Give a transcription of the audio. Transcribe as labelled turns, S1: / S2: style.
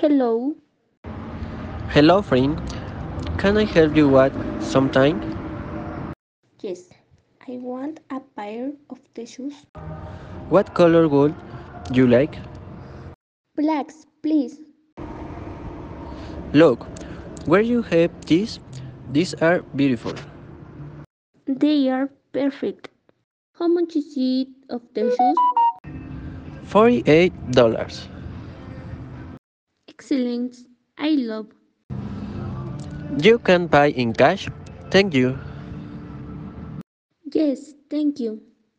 S1: Hello.
S2: Hello, friend. Can I help you with something?
S1: Yes, I want a pair of the shoes.
S2: What color would you like?
S1: Blacks, please.
S2: Look, where you have these, these are beautiful.
S1: They are perfect. How much is it of the shoes?
S2: Forty-eight dollars.
S1: Excellent. I love.
S2: You can buy in cash. Thank you.
S1: Yes, thank you.